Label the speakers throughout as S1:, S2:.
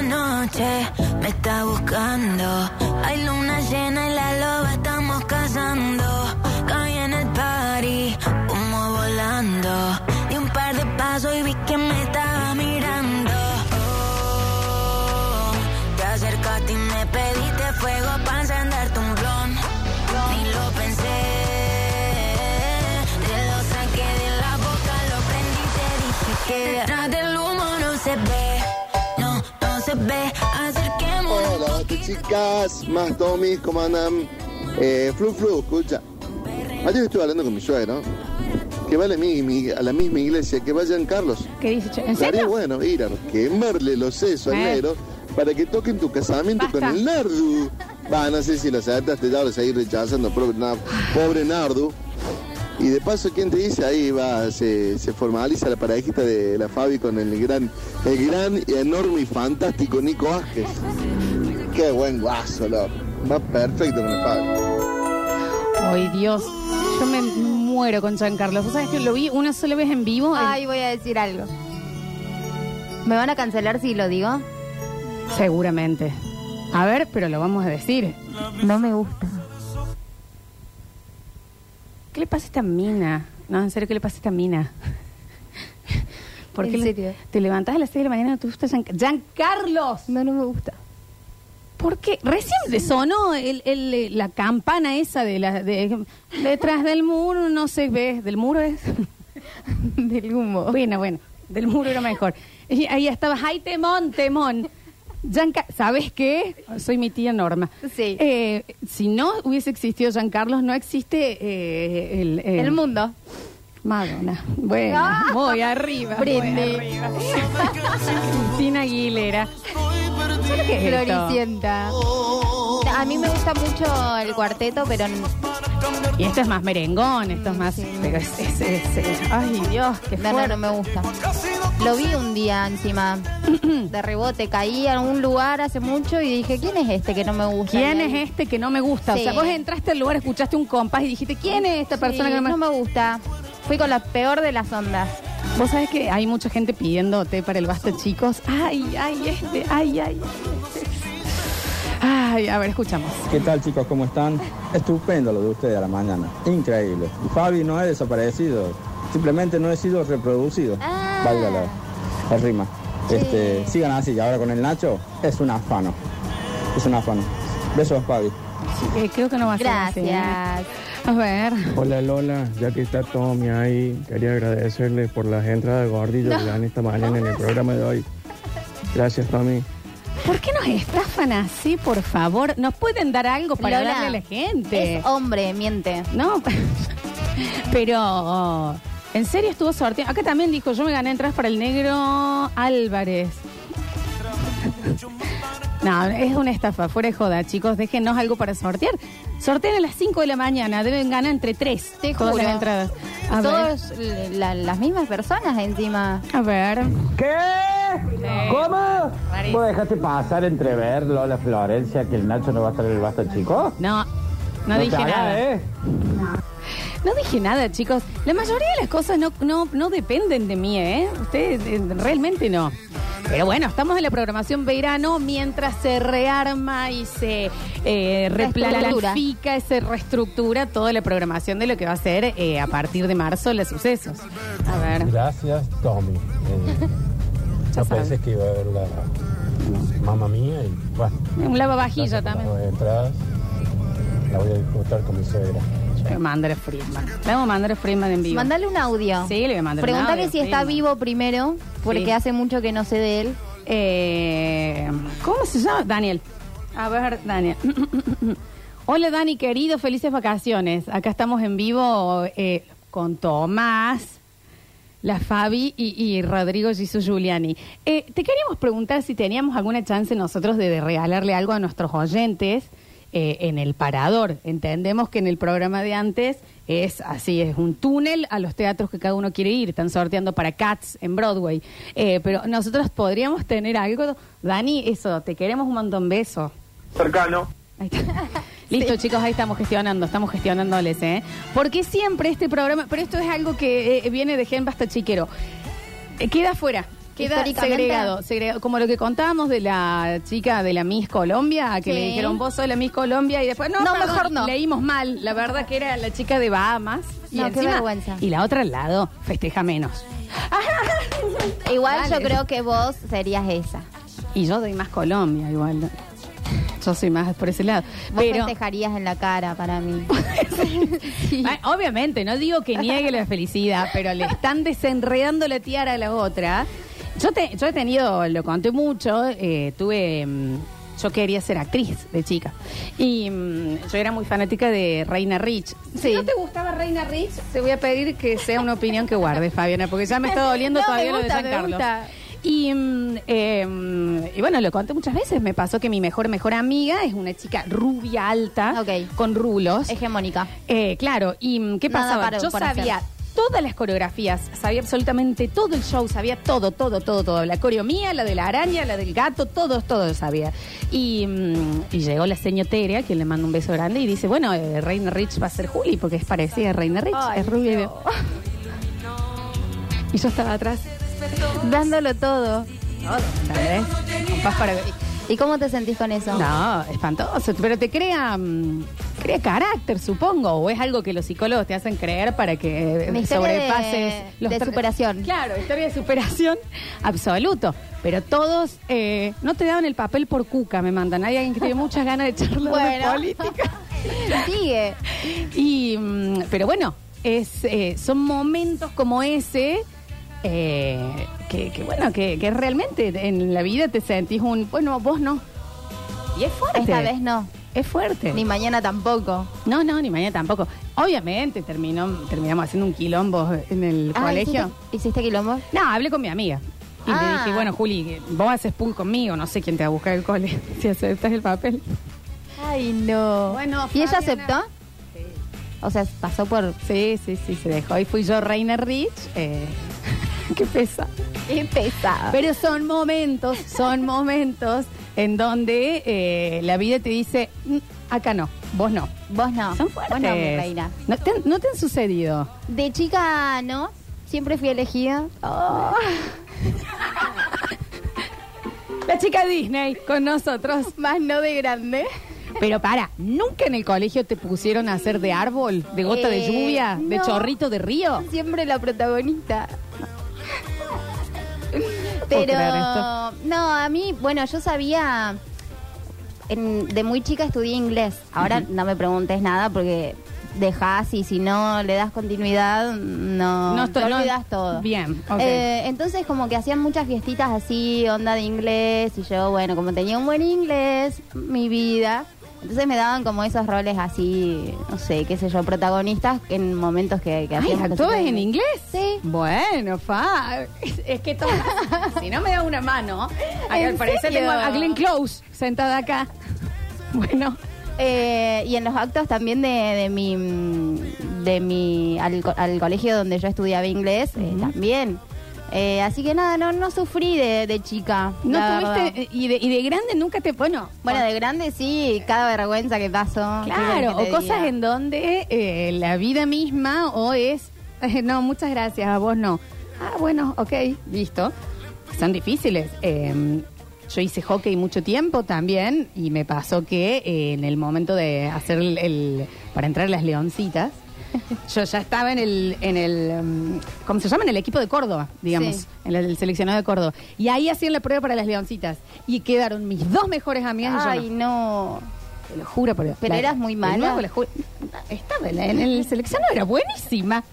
S1: noche me está buscando. Hay luna llena y la loba estamos cazando. Caí en el party, humo volando. Di un par de pasos y vi que me estaba mirando. Oh, te acercaste y me pediste fuego para encenderte un ron. Ni lo pensé. Te lo saqué de la boca, lo prendí y te dije que detrás del humo no se ve. No, no se ve. Acerquémonos un
S2: Hola,
S1: poquito.
S2: chicas, más Tomis, ¿cómo andan? Eh, flu, flu, escucha. Ayer estuve hablando con mi suegro, que vale mi, mi- a la misma iglesia que vayan Carlos.
S3: ¿Qué dice? che? ¿En
S2: Estaría
S3: serio?
S2: bueno ir a quemarle los sesos al
S3: Eh.
S2: negro para que toquen tu casamiento
S3: Basta.
S2: con el Nardu. Va, no sé si lo aceptaste, ya lo seguís rechazando, pobre, na- pobre Nardu. Y de paso, ¿quién te dice? Ahí va, se, se formaliza la parejita de la Fabi con el gran, el gran, y enorme y fantástico Nico Ángel. Qué buen guaso, loco. Va perfecto con el Fabi.
S3: Ay, Dios. Yo me muero con Giancarlo. ¿Vos sabés que lo vi una sola vez en vivo? En-
S4: Ay, voy a decir algo. ¿Me van a cancelar si lo digo?
S3: Seguramente. A ver, pero lo vamos a decir.
S4: No me gusta.
S3: ¿Qué le pasa a esta mina? No, en serio, ¿qué le pasa a esta mina? ¿Por
S4: ¿En
S3: qué le-
S4: serio?
S3: te levantás a las 6 de la mañana y no te gusta Gian, Gian Carlos?
S4: No, no me gusta.
S3: ¿Por qué? Recién le sonó el- el- la campana esa de la... de- detrás del muro, no se ve. ¿Del muro es?
S4: Del humo.
S3: Bueno, bueno, del muro era mejor. Y ahí estaba, ¡ay, temón, temón! Gianca- ¿Sabes qué? Soy mi tía Norma.
S4: Sí.
S3: Eh, si no hubiese existido Giancarlos, no existe eh, el, eh,
S4: El mundo.
S3: Madonna. Bueno,
S4: Ah.
S3: voy arriba. voy
S4: Brindis.
S3: arriba. Cristina Aguilera. ¿Sabes qué es esto?
S4: Floricienta. A mí me gusta mucho el cuarteto, pero n-
S3: Y esto es más merengón, esto es más. Pero es, es- es- es- Ay, Dios, qué
S4: no, no,
S3: fuerte.
S4: no me gusta. Lo vi un día encima de rebote, caí a un lugar hace mucho y dije, ¿quién es este que no me gusta?
S3: ¿Quién
S4: Y
S3: es
S4: ahí-
S3: este que no me gusta? O sea,
S4: Sí.
S3: vos entraste al lugar, escuchaste un compás y dijiste, ¿quién es esta persona
S4: Sí,
S3: que no me
S4: no me gusta? Fui con la peor de las ondas.
S3: Vos sabés que hay mucha gente pidiendo té para el basta, chicos. Ay, ay, este, ay, ay. este. Ay, a ver, escuchamos.
S5: ¿Qué tal chicos? ¿Cómo están? Estupendo lo de ustedes a la mañana. Increíble. Fabi no he desaparecido. Simplemente no he sido reproducido.
S4: Ah.
S5: Valga la, la rima. Este, sigan así. Ahora con el Nacho es un afano. Es un afano. Besos, Fabi.
S3: Eh, creo que no va a ser así, ¿eh?
S4: Gracias.
S3: A ver.
S6: Hola Lola, ya que está Tommy ahí, quería agradecerle por las entradas de gordillo que dan esta mañana en el programa de hoy. Gracias Tommy.
S3: ¿Por qué nos estafan así, por favor? ¿Nos pueden dar algo para
S4: Lola,
S3: darle a la gente?
S4: Es hombre, miente.
S3: No, pero oh, en serio estuvo sorteo. Acá también dijo, yo me gané entradas para el negro Álvarez. No, es una estafa, fuera de joda, chicos, déjenos algo para sortear. Sortean a las 5 de la mañana, deben ganar entre 3
S4: Te
S3: todas
S4: juro.
S3: las entradas. A ver,
S4: Todos la- las mismas personas encima.
S3: a ver.
S7: ¿Qué? ¿Cómo?
S3: Rarísimo.
S7: ¿Vos dejaste pasar entrever, Lola Florencia, que el Nacho no va a estar en el basta, chico?
S3: No, no,
S7: te
S3: dije
S7: hagas,
S3: nada.
S7: ¿eh?
S3: No dije nada, chicos. La mayoría de las cosas no, no, no dependen de mí, ¿eh? Ustedes eh, realmente no. Pero bueno, estamos en la programación verano mientras se rearma y se eh,
S4: Reestructura.
S3: replanifica, se reestructura toda la programación de lo que va a ser eh, a partir de marzo los sucesos. A ver,
S8: Gracias, Tommy. Eh,
S3: Ya
S8: no
S3: saben.
S8: pensé que iba a haber la mamá mía y bueno.
S3: un lavavajilla
S8: gracias por
S3: también.
S8: las entradas. La voy a disfrutar con mi suegra.
S3: Yo voy a mandar a Friedman. Le vamos a mandar a Friedman en vivo.
S4: Mandale un audio.
S3: Sí, le voy a mandar un
S4: Preguntale
S3: audio,
S4: si está
S3: prima.
S4: vivo primero, porque
S3: Sí.
S4: hace mucho que no sé de él.
S3: Eh, ¿Cómo se llama? Daniel. A ver, Daniel. Hola, Dani, querido, felices vacaciones. Acá estamos en vivo eh, con Tomás, la Fabi y, y Rodrigo Jesús Giuliani. Eh, te queríamos preguntar si teníamos alguna chance nosotros de regalarle algo a nuestros oyentes eh, en el parador. Entendemos que en el programa de antes es así, es un túnel a los teatros que cada uno quiere ir. Están sorteando para Cats en Broadway. Eh, pero nosotros podríamos tener algo. Dani, eso, te queremos un montón. Beso.
S9: cercano.
S3: Ahí está. Listo, chicos, ahí estamos gestionando, estamos gestionándoles, ¿eh? Porque siempre este programa, pero esto es algo que eh, viene de Gen Basta Chiquero, Eh, queda fuera. Queda
S4: Históricamente-
S3: segregado, segregado. Como lo que contábamos de la chica de la Miss Colombia, que
S4: Sí.
S3: le dijeron vos sos la Miss Colombia y después no,
S4: No,
S3: perdón,
S4: mejor no.
S3: Leímos mal. La verdad que era la chica de Bahamas. Y
S4: No, qué
S3: encima-
S4: vergüenza.
S3: Y la otra al lado festeja menos.
S4: Igual yo
S3: Dale.
S4: creo que vos serías esa.
S3: Y yo doy más Colombia igual. Yo soy más por ese lado.
S4: Vos
S3: Pero
S4: festejarías en la cara para mí.
S3: Ah, obviamente, no digo que niegue la felicidad, pero le están desenredando la tiara a la otra. Yo, te- yo he tenido, lo conté mucho, eh, tuve... mm, yo quería ser actriz de chica. Y mm, yo era muy fanática de Reina Rich. Si
S4: Sí.
S3: no te gustaba Reina Rich, te voy a pedir que sea una opinión que guardes, Fabiana, porque ya me está doliendo
S4: No, me
S3: todavía
S4: gusta,
S3: lo de
S4: me
S3: San Carlos.
S4: gusta.
S3: Y, mm, eh, mm, y bueno, lo conté muchas veces. Me pasó que mi mejor, mejor amiga es una chica rubia alta,
S4: Ok.
S3: con rulos.
S4: Hegemónica.
S3: Eh, claro, y mm, ¿qué
S4: Nada
S3: pasaba?
S4: para-
S3: Yo
S4: para
S3: sabía
S4: hacer.
S3: todas las coreografías, sabía absolutamente todo el show, sabía todo, todo, todo, todo. La coreo mía, la de la araña, la del gato, todo, todo lo sabía. Y, mm, y llegó la señora Terea, quien le manda un beso grande, y dice, bueno, eh, Reina Rich va a ser Juli, porque es parecida a Reina Rich,
S4: Ay,
S3: es rubia. y de- Y yo estaba atrás,
S4: Dándolo todo.
S3: ¿sabes? Con paz para...
S4: ¿Y cómo te sentís con eso?
S3: No, espantoso, pero te crea mm, crea carácter, supongo, o es algo que los psicólogos te hacen creer para que eh,
S4: Una historia
S3: sobrepases
S4: de-
S3: los
S4: de
S3: tra-
S4: superación.
S3: Claro, historia de superación absoluto, pero todos eh, no te daban el papel por cuca, me mandan. Hay alguien que tiene muchas ganas de charlar de
S4: Bueno.
S3: política. Este.
S4: Sigue.
S3: Y, mm, pero bueno, es, eh, son momentos como ese eh, que, que, bueno, que, que realmente en la vida te sentís un, bueno, vos no. Y es fuerte.
S4: Esta vez no.
S3: Es fuerte.
S4: Ni mañana tampoco.
S3: no, no, ni mañana tampoco. Obviamente terminó, terminamos haciendo un quilombo en el
S4: Ah,
S3: colegio.
S4: ¿Hiciste, hiciste quilombo?
S3: No, hablé con mi amiga. Y le
S4: Ah.
S3: dije, bueno, Juli, vos haces pool conmigo, no sé quién te va a buscar el cole, si aceptas el papel.
S4: Ay, no.
S3: Bueno,
S4: ¿Y ella
S3: Fabiana-
S4: aceptó? O sea, pasó por.
S3: Sí, sí, sí, se dejó. Y fui yo Reina Rich. Eh, qué pesa.
S4: Qué pesada.
S3: Pero son momentos, son momentos en donde eh, la vida te dice, "Mm, acá no, vos no.
S4: Vos no.
S3: Son fuertes.
S4: Vos no, mi reina.
S3: ¿No te, han- no te han sucedido?
S4: De chica, no. Siempre fui elegida.
S3: La chica Disney con nosotros.
S4: Más no de grande.
S3: Pero para, ¿nunca en el colegio te pusieron a hacer de árbol, de gota de
S4: Eh,
S3: lluvia, de
S4: no.
S3: chorrito de río?
S4: Siempre la protagonista.
S3: puedo
S4: Pero
S3: creer esto.
S4: no, a mí, bueno, yo sabía en- de muy chica estudié inglés. Ahora no me preguntes nada porque dejás y si no le das continuidad, no,
S3: No
S4: no
S3: estoy- no-
S4: olvidas todo.
S3: Bien, ok.
S4: Eh, entonces como que hacían muchas fiestitas así, onda de inglés, y yo, bueno, como tenía un buen inglés, mi vida. Entonces me daban como esos roles así, no sé, qué sé yo, protagonistas en momentos que, que
S3: Ay,
S4: hacíamos
S3: ¿actúas
S4: cositas
S3: en inglés?
S4: Sí.
S3: Bueno, fa. Es, es que todo. si no me da una mano, acá al
S4: ¿En
S3: parecer
S4: serio?
S3: tengo a Glenn Close sentada acá. Bueno,
S4: Eh, y en los actos también de, de mi mm, de mi al, co- al colegio donde yo estudiaba inglés eh, también Eh, así que nada no no sufrí de, de chica
S3: no
S4: la verdad.
S3: tuviste. eh, Y de, y de grande nunca te. Bueno,
S4: bueno de grande sí cada vergüenza que pasó
S3: Claro, o cosas
S4: en
S3: en donde eh, la vida misma o es, eh, no, muchas gracias, a vos no. Ah, bueno, ok, listo. Son difíciles. Eh, yo hice hockey mucho tiempo también y me pasó que eh, en el momento de hacer el, el- para entrar a las leoncitas, yo ya estaba en el, en el, mm, ¿cómo se llama? En el equipo de Córdoba, digamos,
S4: Sí.
S3: en el, el seleccionado de Córdoba. Y ahí hacían la prueba para las leoncitas y quedaron mis dos mejores amigas. y yo no.
S4: ay no
S3: Te lo juro, pero.
S4: Pero eras muy
S3: de
S4: mala.
S3: nuevo la ju- Estaba en, la- en el seleccionado, era buenísima.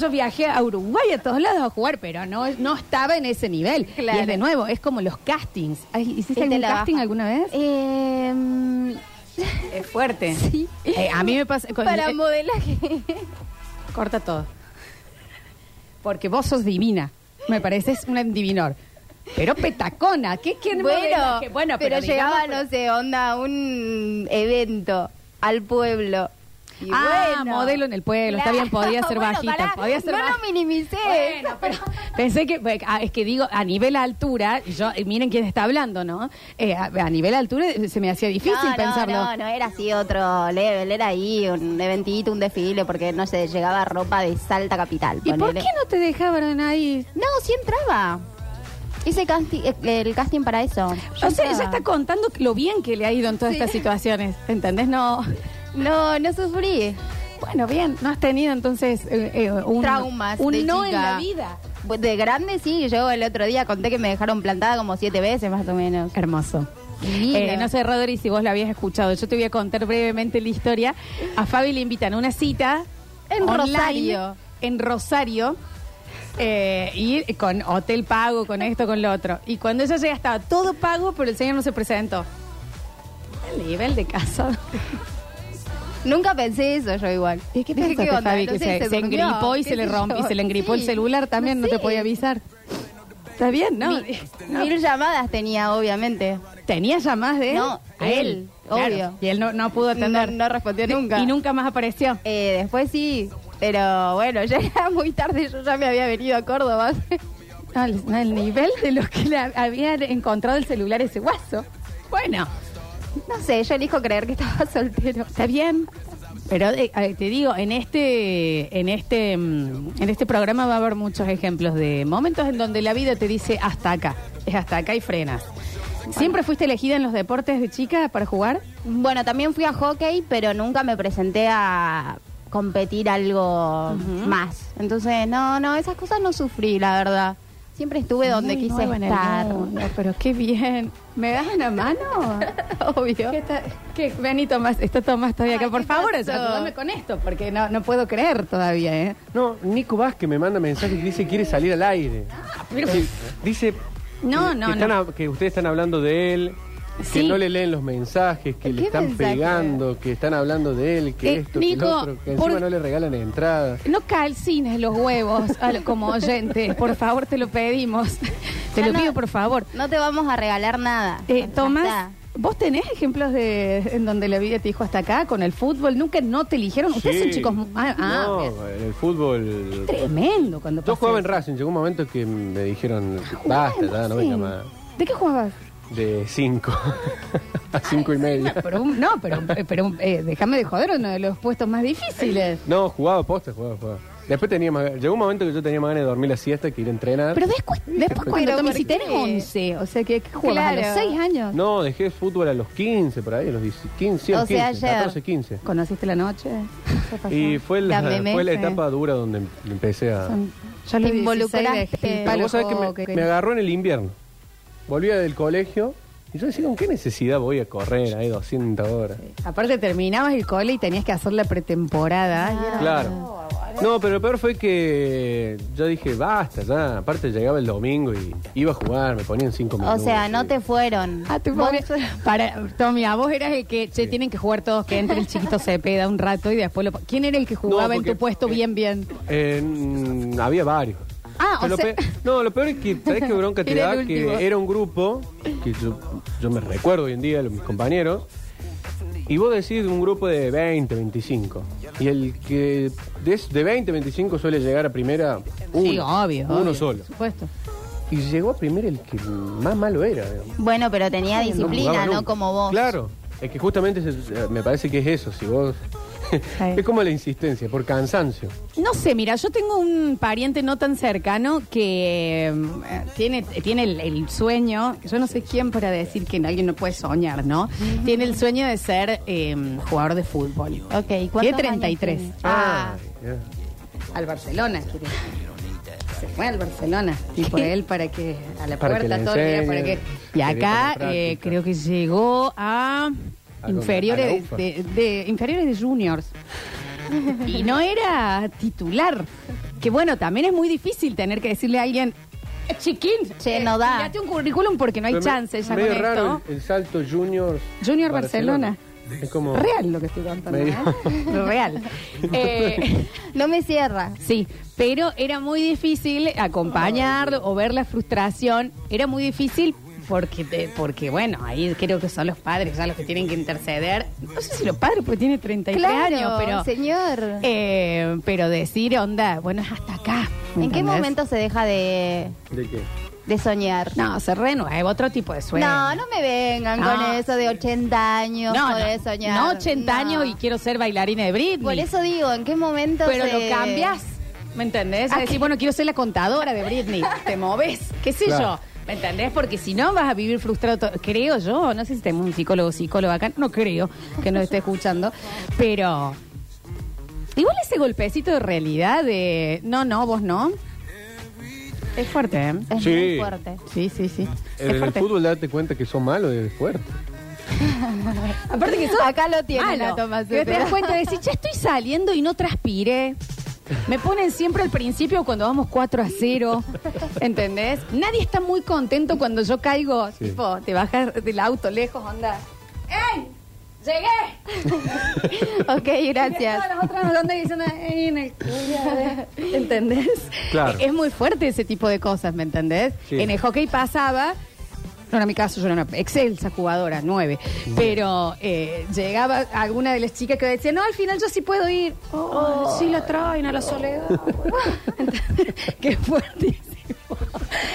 S3: Yo viajé a Uruguay a todos lados a jugar, pero no, no estaba en ese nivel.
S4: Claro.
S3: Y es de nuevo, es como los castings. Ay, ¿Hiciste
S4: Y te
S3: algún
S4: la
S3: casting
S4: baja.
S3: alguna vez?
S4: Eh, mm,
S3: Es fuerte. Sí. a mí me pasa. con-
S4: para
S3: eh,
S4: modelaje
S3: corta todo. Porque vos sos divina. Me pareces una divinor. Pero petacona. ¿Qué quiere
S4: bueno,
S3: bueno,
S4: pero,
S3: digamos,
S4: llegaba
S3: pero-
S4: no sé onda a un evento al pueblo Y
S3: ah,
S4: bueno.
S3: modelo en el pueblo, está bien,
S4: Claro.
S3: podía ser
S4: Bueno,
S3: bajita,
S4: pará,
S3: podía ser
S4: no
S3: baja.
S4: lo minimicé.
S3: Bueno, pero pensé que, pues, ah, es que digo, a nivel altura, y yo, y miren quién está hablando, ¿no? Eh, a, a nivel altura eh, se me hacía difícil
S4: no,
S3: pensarlo.
S4: No, no, no era así otro level, era ahí un eventito, un desfile, porque no sé, llegaba ropa de Salta Capital.
S3: ¿Y por
S4: ponele.
S3: qué no te dejaban ahí?
S4: No, sí entraba. Hice casti- eh, el casting para eso.
S3: O
S4: Yo
S3: sea, ella
S4: estaba-
S3: está contando lo bien que le ha ido en todas estas situaciones. ¿Entendés? No.
S4: No, no sufrí.
S3: Bueno, bien, no has tenido entonces eh, eh, un,
S4: Traumas
S3: un
S4: de
S3: no
S4: chica.
S3: en la vida.
S4: Bu- De grande sí, yo el otro día conté que me dejaron plantada como siete veces más o menos.
S3: Hermoso.
S4: Divina.
S3: Eh, no sé, Rodri, si vos la habías escuchado. Yo te voy a contar brevemente la historia. A Fabi le invitan a una cita.
S4: En Rosario.
S3: En Rosario. eh, y con hotel pago, con esto, con lo otro. Y cuando ella llega estaba todo pago, pero el señor no se presentó. El nivel de caso.
S4: Nunca pensé eso yo igual.
S3: ¿Y qué
S4: Dije,
S3: pensaste,
S4: onda?
S3: Fabi,
S4: No
S3: que
S4: sé,
S3: se, se
S4: durmió,
S3: engripó y
S4: qué
S3: se le
S4: sé
S3: rompió,
S4: yo.
S3: se le engripó el
S4: Sí,
S3: celular también? No, te
S4: sé.
S3: podía avisar. ¿Está bien? No.
S4: Mi- Mil llamadas tenía, obviamente.
S3: Tenía llamadas de él.
S4: No,
S3: a
S4: él,
S3: él, claro.
S4: obvio.
S3: Y él no, no pudo atender.
S4: No- no respondió nunca.
S3: Y nunca más apareció.
S4: Eh, después sí, pero bueno, ya era muy tarde, yo ya me había venido a Córdoba.
S3: Al, al nivel de los que le habían encontrado el celular ese guaso. Bueno,
S4: No sé, yo elijo creer que estaba soltero.
S3: está bien. Pero eh, eh, te digo, en este, en este, mm, en este programa va a haber muchos ejemplos de momentos en donde la vida te dice hasta acá, es hasta acá y frenas. ¿Siempre fuiste elegida en los deportes de chica para jugar?
S4: Bueno, también fui a hockey, pero nunca me presenté a competir algo más. Entonces, no, no, esas cosas no sufrí, la verdad. Siempre estuve donde
S3: Muy
S4: quise
S3: nueva en el
S4: estar.
S3: mundo, pero qué bien. ¿Me das una mano?
S4: Obvio.
S3: ¿Qué está- qué? Ven y Tomás, está Tomás todavía acá.
S4: Ay,
S3: Por
S4: ¿qué
S3: favor,
S4: pasó?
S3: ayúdame con esto, porque no, no puedo creer todavía, ¿eh?
S8: No, Nico Vázquez me manda mensaje que dice quiere salir al aire. Sí, Dice
S3: No,
S8: que-
S3: no,
S8: que, están
S3: no.
S8: hab- que ustedes están hablando de él, que
S3: Sí.
S8: no le leen los mensajes, que le
S4: ¿Qué
S8: están
S4: mensaje?
S8: pegando, que están hablando de él, que
S3: Eh,
S8: esto,
S3: Nico,
S8: que lo otro, que encima
S3: por-
S8: no le regalan entradas.
S3: No calcines los huevos a lo- como oyente. Por favor, te lo pedimos. Te
S4: Ya
S3: lo
S4: no-
S3: pido, por favor.
S4: No te vamos a regalar nada.
S3: Eh,
S4: Ya
S3: Tomás,
S4: está.
S3: ¿vos tenés ejemplos de en donde la vida te dijo hasta acá con el fútbol? ¿Nunca no te eligieron? Ustedes
S8: Sí.
S3: son chicos... mu- Ah, ah, bien.
S8: no, en el fútbol.
S3: Tremendo cuando
S8: Yo
S3: pasó
S8: jugaba en
S3: eso.
S8: Racing, llegó un momento que me dijeron,
S3: Jugaba
S8: basta,
S3: en
S8: ya, no
S3: Racing.
S8: venga más.
S3: ¿De qué jugabas?
S8: De 5 a 5 y media.
S3: Pero un- no, pero, pero eh, déjame de joder, uno de los puestos más difíciles.
S8: No, jugaba posta, jugaba, jugaba. Después tenía más, llegó un momento que yo tenía más ganas de dormir la siesta que ir a entrenar.
S3: Pero después, después cuando
S4: Pero
S3: Tommy,
S4: ¿por
S3: si tenés
S4: qué?
S3: 11, o sea, que que jugabas a los
S4: Claro.
S3: 6 años?
S8: No, dejé fútbol a los 15, por ahí, a los 10, 15, a los
S4: O sea,
S8: 15,
S4: ayer.
S8: 14, 15.
S3: ¿Conociste la noche?
S4: ¿Qué pasó?
S8: Y fue la,
S4: Dame
S8: fue la
S4: meses.
S8: etapa dura donde em- empecé a...
S3: Son- Yo lo
S4: Te involucraste.
S8: Pero vos sabés que me, me agarró en el invierno. Volvía del colegio y yo decía, ¿con qué necesidad voy a correr ahí 200 horas?
S3: Aparte terminabas el cole y tenías que hacer la pretemporada. y
S4: Ah.
S3: era-
S8: Claro. No, pero lo peor fue que yo dije, basta, ya. Aparte llegaba el domingo y iba a jugar, me ponían 5
S4: O
S8: minutos.
S4: sea, no te fueron.
S3: Ah, te
S4: Vos-
S3: pone- Para, Tommy, a vos eras el que, che, tienen que jugar todos, que entre el chiquito Cepeda un rato y después lo... po- ¿Quién era el que jugaba en
S8: porque-
S3: tu puesto bien, bien?
S8: Eh, mm, había varios.
S3: Ah, o
S8: Pero lo
S3: sea-
S8: pe- No, lo peor es que, ¿sabes qué bronca te
S3: Era
S8: da?
S3: el último.
S8: Que era un grupo, que yo, yo me recuerdo hoy en día, los- mis compañeros, y vos decís de un grupo de 20, 25. Y el que de, de 20, 25 suele llegar a primera, uno,
S3: sí, obvio.
S8: uno
S3: obvio,
S8: solo.
S3: Por supuesto.
S8: Y llegó a primera el que más malo era. digamos.
S4: Bueno, pero tenía
S8: No
S4: disciplina,
S8: jugaba
S4: ¿no?
S8: nunca.
S4: Como vos.
S8: Claro, es que justamente se- me parece que es eso, si vos... es como la insistencia, por cansancio.
S3: No sé, mira, yo tengo un pariente no tan cercano que mm, eh, tiene, tiene el, el sueño, yo no sé quién para decir que alguien no puede soñar, ¿no? Tiene el sueño de ser eh, jugador de fútbol.
S4: Ok, ¿cuántos
S3: Tiene
S4: años
S3: 33.
S4: tiene?
S3: Ah,
S8: Ay, ya.
S3: al Barcelona. quiere decir. Se fue al Barcelona. Y por él para que a la
S8: Para que
S3: puerta
S8: le
S3: todo el día,
S8: enseñe.
S3: para que... Y
S8: Quería
S3: acá
S8: poner
S3: eh,
S8: práctica.
S3: creo que llegó a...
S8: ¿A dónde? ¿A la
S3: Inferiores
S8: UFA?
S3: de- de, inferiores de juniors. Y no era titular. Que bueno, también es muy difícil tener que decirle a alguien, "Eh, chiquín,
S4: Che,
S3: eh,
S4: no da.
S3: tirate un currículum porque no hay
S8: Pero me-
S3: chance ya
S8: medio
S3: con
S8: raro
S3: esto.
S8: el, el salto Junior.
S3: Junior Barcelona.
S8: Es como.
S3: Real lo que estoy contando.
S8: Medio-
S3: ¿eh? Real. Eh,
S4: No me cierra.
S3: sí, pero era muy difícil acompañarlo o ver la frustración. Era muy difícil. Porque, te- porque, bueno, ahí creo que son los padres ya los que tienen que interceder. No sé si los padres, porque tiene 33
S4: Claro,
S3: años, pero...
S4: señor.
S3: Eh, pero decir, onda, bueno, es hasta acá. ¿me
S4: ¿En qué
S3: entendés?
S4: momento se deja de,
S8: ¿De qué?
S4: de soñar?
S3: No, se renueva, otro tipo de sueño.
S4: No, no me vengan
S3: No.
S4: con eso de 80 años,
S3: Ah. No,
S4: no,
S3: no,
S4: de soñar.
S3: no 80
S4: No.
S3: años y quiero ser bailarina de Britney.
S4: Por eso digo, ¿en qué momento
S3: pero
S4: se-
S3: lo cambias, ¿me entendés? Es decir, bueno, quiero ser la contadora de Britney. Te moves, qué sé
S8: Claro.
S3: yo. ¿Me entendés? Porque si no vas a vivir frustrado. to- Creo yo, no sé si tenemos un psicólogo o psicóloga acá, no creo que nos esté escuchando, pero. Igual ese golpecito de realidad de no, no, vos no. Es fuerte, ¿eh?
S4: Es
S8: Sí.
S4: muy fuerte.
S3: Sí, sí, sí.
S8: En
S3: Es
S8: el
S3: fuerte.
S8: fútbol date cuenta que son malos y fuerte.
S3: Aparte que sos
S4: Acá lo tiene
S3: malo.
S4: la Tomás
S3: Que te
S4: Cepeda.
S3: das cuenta de decir, ya estoy saliendo y no transpiré. Me ponen siempre al principio cuando vamos 4 a 0, ¿entendés? Nadie está muy contento cuando yo caigo,
S8: Sí.
S3: tipo, te bajas del auto lejos, onda. ¡Ey! ¡Llegué!
S4: ok,
S3: Y
S4: gracias.
S3: todas las otras andan diciendo, "Ey, en el culo, eh". ¿Entendés?
S8: Claro.
S3: Es muy fuerte ese tipo de cosas, ¿me entendés?
S8: Sí.
S3: En el hockey pasaba, no era mi caso, yo era una excelsa jugadora, nueve, pero eh, llegaba alguna de las chicas que decía, no, al final yo sí puedo ir. Oh, sí lo traen a la soledad. ¿Entendés? Qué fuertísimo.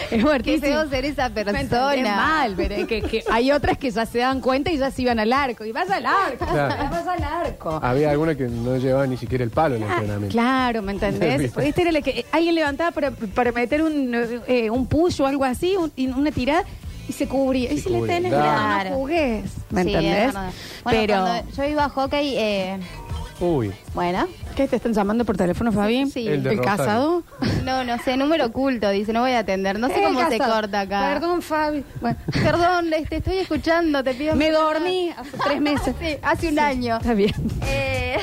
S3: Es
S4: Que
S3: fuertísimo.
S4: debo ser esa
S3: Me entendés
S4: persona.
S3: mal, pero es que, que hay otras que ya se dan cuenta y ya se iban al arco. Y vas al arco,
S8: Claro.
S3: vas al arco.
S8: Había alguna que no llevaba ni siquiera el palo en el
S3: Ah,
S8: entrenamiento.
S3: Claro, ¿me entendés? Porque Este era el que eh, alguien levantaba para, para meter un, eh, un push o algo así, un- y una tirada, y se cubría. y si le
S8: cubría,
S3: tenés,
S4: claro.
S3: no, no jugués. ¿Me
S4: Sí, es
S3: entendés?
S4: verdad. Bueno,
S3: Pero,
S4: cuando yo iba a hockey, eh,
S8: Uy,
S4: bueno,
S3: ¿qué te están llamando por teléfono, Fabi?
S4: Sí.
S8: El
S3: ¿El,
S8: de Rosario.
S3: casado?
S4: no, no sé, número oculto, dice, no voy a atender, no sé
S3: El
S4: cómo se
S3: casado.
S4: corta acá.
S3: Perdón, Fabi. Bueno,
S4: Perdón, te estoy escuchando, te pido.
S3: me
S4: perdón.
S3: dormí hace tres meses.
S4: Sí, hace un año.
S3: Está bien.
S4: Eh,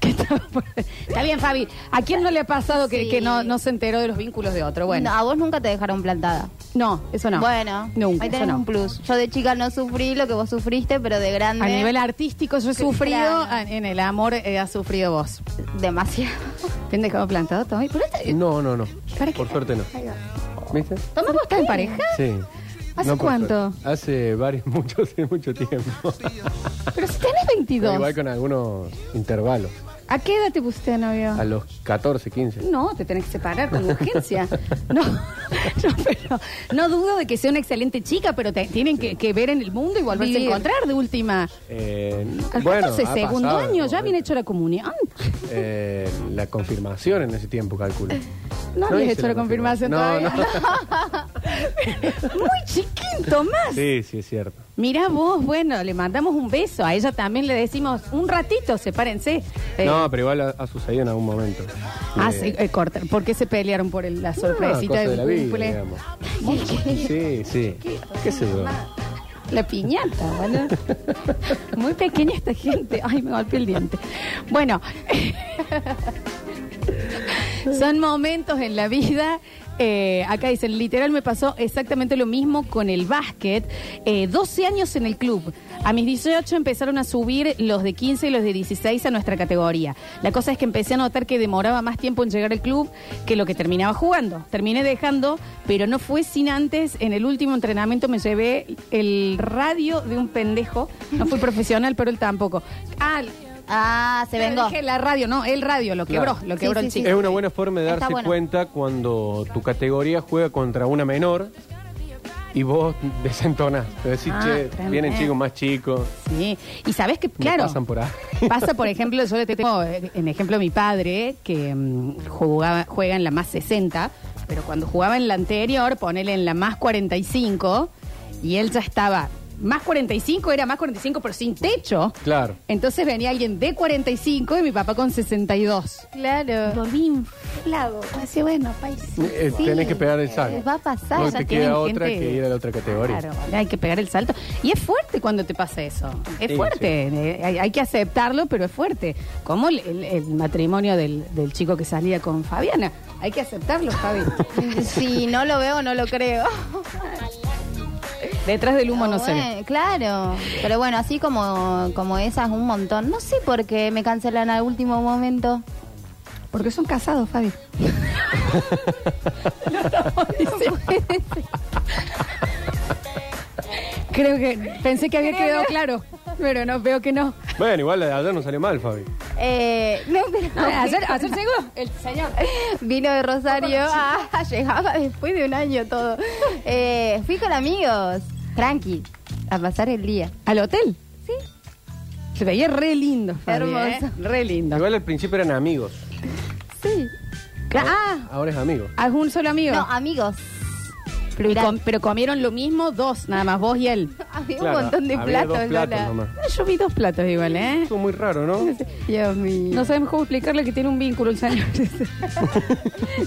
S3: ¿Qué estaba por- Está bien, Fabi. ¿A quién no le ha pasado que,
S4: Sí.
S3: que no, no se enteró de los vínculos de otro?
S4: no,
S3: Bueno,
S4: a vos nunca te dejaron plantada.
S3: no, eso no.
S4: Bueno,
S3: nunca.
S4: ahí
S3: eso
S4: tenés
S3: no.
S4: un plus. Yo de chica no sufrí lo que vos sufriste, pero de grande.
S3: A nivel artístico yo he sufrido,
S4: Claro.
S3: a- en el amor eh, has sufrido vos.
S4: Demasiado.
S3: ¿Te han dejado plantado, Tommy? Pero esta-
S8: no, no, no.
S3: Eh, ¿Para qué?
S8: Por suerte no. ¿Viste?
S3: ¿Tomás vos estás en pareja?
S8: Sí.
S3: ¿Hace
S8: No, por
S3: cuánto?
S8: suerte. Hace varios, mucho, hace mucho tiempo.
S3: Pero si tenés
S8: Pero
S3: 22.
S8: Igual con algunos intervalos.
S3: ¿A qué edad te pusiste de novio?
S8: A los 14, 15.
S3: No, te tenés que separar con urgencia. No, no, pero no dudo de que sea una excelente chica, pero te- tienen que, que ver en el mundo y volverse
S4: Vivir.
S3: a encontrar de última.
S8: Eh,
S3: Al
S8: bueno,
S3: 14
S8: ha
S3: segundo
S8: pasado
S3: año,
S8: el
S3: ya habían
S8: momento.
S3: hecho la comunión.
S8: Eh, la confirmación en ese tiempo, calculo.
S3: No habías
S8: hice
S3: hecho la confirmación
S8: No,
S3: todavía.
S8: no.
S3: Muy chiquín, Tomás.
S8: Sí, sí, es cierto.
S3: Mirá vos, bueno, le mandamos un beso. A ella también le decimos un ratito, sepárense. Eh,
S8: No, pero igual ha, ha sucedido en algún momento.
S3: ah,
S8: Eh,
S3: sí, eh, corta. ¿Por qué se pelearon por el- la
S8: no,
S3: sorpresita
S8: cosa
S3: del
S8: de la vida,
S3: cumple?
S8: digamos.
S3: eh.
S8: Sí, sí. ¿Qué sé yo?
S3: La piñata, ¿vale? Muy pequeña esta gente. Ay, me golpeé el diente. Bueno, son momentos en la vida. eh, acá dicen, literal me pasó exactamente lo mismo con el básquet. Eh, 12 años en el club. A mis 18 empezaron a subir los de 15 y los de 16 a nuestra categoría. La cosa es que empecé a notar que demoraba más tiempo en llegar al club que lo que terminaba jugando. Terminé dejando, pero no fue sin antes. En el último entrenamiento me llevé el radio de un pendejo. No fui profesional, pero él tampoco. Ah,
S4: Ah, se
S3: le
S4: vengó.
S3: dije la radio, no, el radio, lo quebró,
S8: Claro.
S3: lo quebró
S4: Sí,
S3: el
S4: sí,
S3: chico.
S8: Es una buena forma de
S4: Está
S8: darse
S4: bueno.
S8: cuenta cuando tu categoría juega contra una menor y vos desentonás. Te decís,
S3: Ah,
S8: che,
S3: tremendo.
S8: vienen chicos más chicos.
S3: Sí, y sabes que,
S8: Me
S3: claro,
S8: pasan por ahí.
S3: pasa, por ejemplo, yo le tengo eh, en ejemplo a mi padre, que mm, jugaba, juega en la más 60, pero cuando jugaba en la anterior, ponele en la más 45, y él ya estaba, más 45 era más 45, pero sin techo.
S8: Claro.
S3: Entonces venía alguien de 45 y mi papá con 62.
S4: Claro.
S3: Volví inflado. Así, bueno, país.
S8: Eh, Tenés que pegar el
S3: Eh,
S8: salto.
S4: Va a pasar,
S8: No
S4: ya
S8: te
S3: tienen
S8: queda otra
S3: gente-
S8: que ir a la otra categoría.
S3: Claro, hay que pegar el salto. Y es fuerte cuando te pasa eso. Es
S8: Sí,
S3: fuerte. eh, hay, hay que aceptarlo, pero es fuerte. Como el, el- el matrimonio del, del chico que salía con Fabiana. Hay que aceptarlo, Fabi.
S4: Si no lo veo, no lo creo.
S3: Detrás del humo no se ve.
S4: Bueno, Claro, pero bueno, así como, como esas, un montón. No sé por qué me cancelan al último momento.
S3: Porque son casados, Fabi. No, no, dice. Creo que pensé que había quedado claro, pero no veo que no.
S8: Bueno, igual la de ayer no salió mal, Fabi.
S4: Eh, no, pero
S3: Ah, Ayer, ayer llegó el señor.
S4: vino de Rosario, ah, llegaba después de un año todo. Eh, fui con amigos, tranqui, a pasar el día.
S3: ¿Al hotel? Sí. Se veía re lindo, Fabi,
S4: Hermoso.
S3: ¿eh? Re lindo.
S8: Igual al principio eran amigos.
S4: Sí.
S3: Cla- Ah,
S4: Ah.
S8: Ahora es amigo.
S3: ¿algún Ah, solo amigo?
S4: No, amigos.
S3: Pero, y
S4: Mirá.
S3: com- pero comieron lo mismo dos, nada más, vos y él.
S4: Había
S8: Claro,
S4: un montón de
S8: había
S4: platos,
S8: dos platos
S4: Lola.
S8: nomás.
S3: Ah, Yo vi dos platos igual, ¿eh?
S8: Estuvo muy raro, ¿no?
S4: Dios mío.
S3: No sabemos cómo explicarle que tiene un vínculo el señor.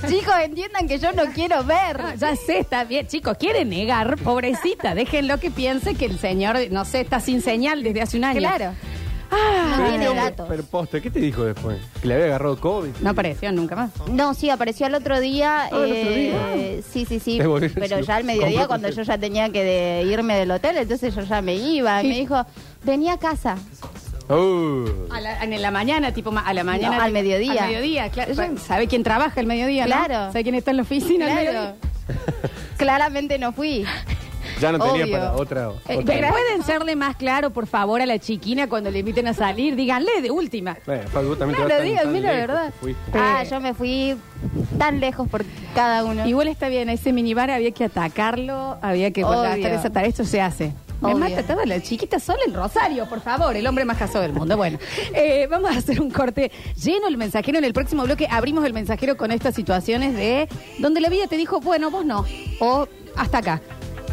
S4: Chicos, entiendan que yo no quiero ver.
S3: Ah, ya sé, está bien. Chicos, quiere negar, pobrecita. Déjenlo que piense que el señor, no sé, está sin señal desde hace un año.
S4: Claro.
S8: Pero
S4: no
S8: este
S4: tiene
S8: hombre-
S4: datos.
S8: Pero posta, ¿qué te dijo después? Que le había agarrado COVID.
S3: No apareció nunca más.
S4: No, sí, apareció al otro día.
S8: Ah, el otro día.
S4: eh, Sí, sí, sí.
S8: Te volvió-
S4: Pero
S8: sí,
S4: ya al mediodía,
S8: compró
S4: cuando yo
S8: café.
S4: ya tenía que de- irme del hotel, entonces yo ya me iba. Y
S3: Sí.
S4: me dijo, venía a casa.
S8: Uh.
S3: A la, en la mañana, tipo, ma- a la mañana.
S4: No, al mediodía.
S3: Al mediodía, claro.
S4: Ella-
S3: ¿Sabe quién trabaja al mediodía, no?
S4: Claro.
S3: ¿Sabe quién está en la oficina al
S4: Claro.
S3: mediodía?
S4: Claramente no fui.
S8: Ya no tenía
S4: Obvio.
S8: para otra.
S3: Eh,
S8: otra-
S3: pero pueden serle más claro, por favor, a la chiquina cuando le inviten a salir. Díganle de última.
S8: Bueno, Facu, vos también
S4: No,
S8: te
S4: lo
S8: vas tan-
S4: digo,
S8: tan
S4: mira la
S8: lejos
S4: verdad.
S8: que fuiste.
S4: Ah, yo me fui tan lejos por cada uno.
S3: Igual está bien, a ese minibar había que atacarlo, había que
S4: Obvio.
S3: gastar esa tarea, esto se hace. Me
S4: Obvio.
S3: mata, estaba la chiquita sola en Rosario, por favor, el hombre más casado del mundo. Bueno, eh, vamos a hacer un corte lleno el mensajero. En el próximo bloque abrimos el mensajero con estas situaciones de donde la vida te dijo, bueno, vos no, o hasta acá.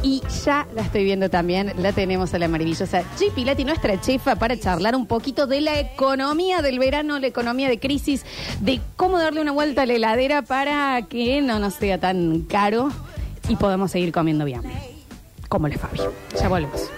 S3: Y ya la estoy viendo también, la tenemos a la maravillosa Chipi Lati, nuestra chefa, para charlar un poquito de la economía del verano, la economía de crisis, de cómo darle una vuelta a la heladera para que no nos sea tan caro y podamos seguir comiendo bien. Como le Fabio. Ya volvemos.